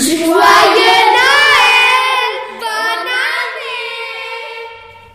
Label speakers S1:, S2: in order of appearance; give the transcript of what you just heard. S1: Joie